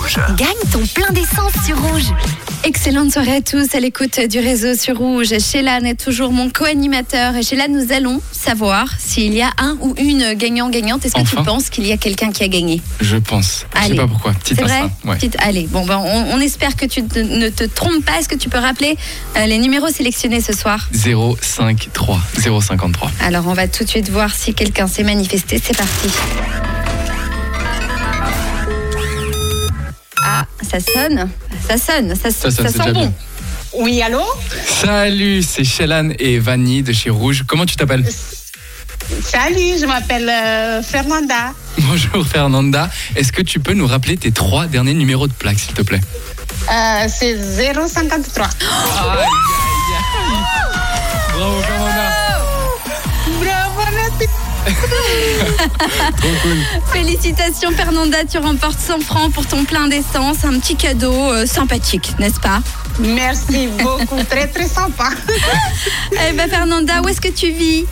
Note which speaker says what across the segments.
Speaker 1: Rouge.
Speaker 2: Gagne ton plein d'essence sur Rouge.
Speaker 3: Excellente soirée à tous à l'écoute du réseau sur Rouge. Sheila est toujours mon co-animateur. Et Sheila, nous allons savoir s'il y a un ou une gagnant-gagnante. Est-ce que
Speaker 4: Enfin.
Speaker 3: tu penses qu'il y a quelqu'un qui a gagné
Speaker 4: Je pense. Je
Speaker 3: Allez.
Speaker 4: sais pas pourquoi. Petite
Speaker 3: C'est vrai
Speaker 4: instinct. Ouais.
Speaker 3: Petite- Allez, bon, ben, on, on espère que tu te- ne te trompes pas. Est-ce que tu peux rappeler euh, les numéros sélectionnés ce soir
Speaker 4: 053 053.
Speaker 3: Alors, on va tout de suite voir si quelqu'un s'est manifesté. C'est parti. Ah, ça sonne. Ça sonne. Ça, ça
Speaker 4: Ça, ça, c'est déjà
Speaker 3: sent bon.
Speaker 4: bien.
Speaker 1: Oui, allô
Speaker 4: Salut, c'est Shellan et Vanny de chez Rouge. Comment tu t'appelles
Speaker 1: Salut, je m'appelle euh, Fernanda.
Speaker 4: Bonjour Fernanda. Est-ce que tu peux nous rappeler tes trois derniers numéros de plaque, s'il te plaît
Speaker 1: Euh, c'est 053.
Speaker 4: Bravo Fernanda.
Speaker 1: Bravo, merci.
Speaker 4: Trop cool.
Speaker 3: Euh, Félicitations Fernanda, tu remportes 100 francs pour ton plein d'essence, un petit cadeau euh, sympathique, n'est-ce pas
Speaker 1: Merci beaucoup, très très sympa.
Speaker 3: Eh ben Fernanda, où est-ce que tu vis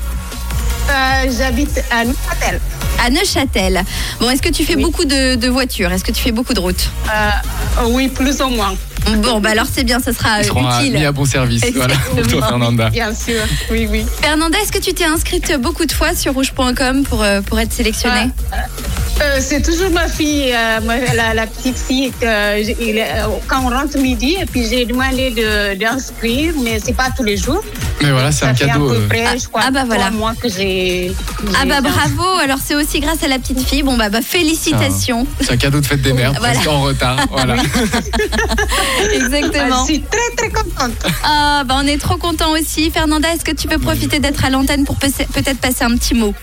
Speaker 1: Euh, J'habite à Neuchâtel.
Speaker 3: À Neuchâtel. Bon, est-ce que tu fais beaucoup de, de voitures Est-ce que tu fais beaucoup de routes
Speaker 1: Euh, oui, plus ou moins,
Speaker 3: Bon, bah alors c'est bien, ça sera euh,
Speaker 4: Ils seront à-
Speaker 3: utile.
Speaker 4: mis à bon service. Voilà pour toi
Speaker 3: Exactement.
Speaker 4: Fernanda.
Speaker 1: bien sûr. Oui, oui.
Speaker 3: Fernanda, est-ce que tu t'es inscrite beaucoup de fois sur rouge.com pour, euh, pour être sélectionnée
Speaker 1: Euh, c'est toujours ma fille, euh, ma- la, la petite fille. que j'ai- il est- euh, quand on rentre midi, et puis j'ai demandé de- d'inscrire, mais c'est pas tous les jours.
Speaker 4: Mais voilà, c'est
Speaker 1: Ça
Speaker 4: un
Speaker 1: fait
Speaker 4: cadeau.
Speaker 1: à peu
Speaker 4: euh,
Speaker 1: près,
Speaker 3: Ah,
Speaker 1: je crois,
Speaker 3: ah bah voilà.
Speaker 1: trois mois que j'ai.
Speaker 3: Ah
Speaker 1: j'ai-
Speaker 3: bah bravo, alors c'est aussi grâce à la petite fille. Bon bah, bah félicitations.
Speaker 4: C'est un cadeau de fête des mères,
Speaker 3: Voilà.
Speaker 4: presque en retard. Voilà.
Speaker 1: Ah,
Speaker 3: Exactement.
Speaker 1: Je suis très très contente.
Speaker 3: Ah bah on est trop content aussi. Fernanda, est-ce que tu peux profiter d'être à l'antenne pour pe- peut-être passer un petit mot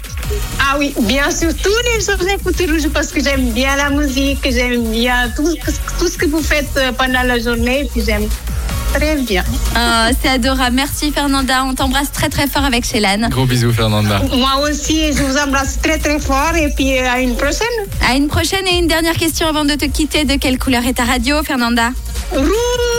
Speaker 1: Ah oui, bien sûr, tous les jours j'écoute Rouge parce que j'aime bien la musique, j'aime bien tout, tout ce que vous faites euh, pendant la journée, et puis j'aime très bien.
Speaker 3: Ah, c'est adorable. Merci Fernanda. On t'embrasse très très fort avec Chélan.
Speaker 4: Gros bisous Fernanda.
Speaker 1: Moi aussi, je vous embrasse très très fort et puis euh, à une prochaine.
Speaker 3: À une prochaine et une dernière question avant de te quitter. De quelle couleur est ta radio, Fernanda
Speaker 1: Rouge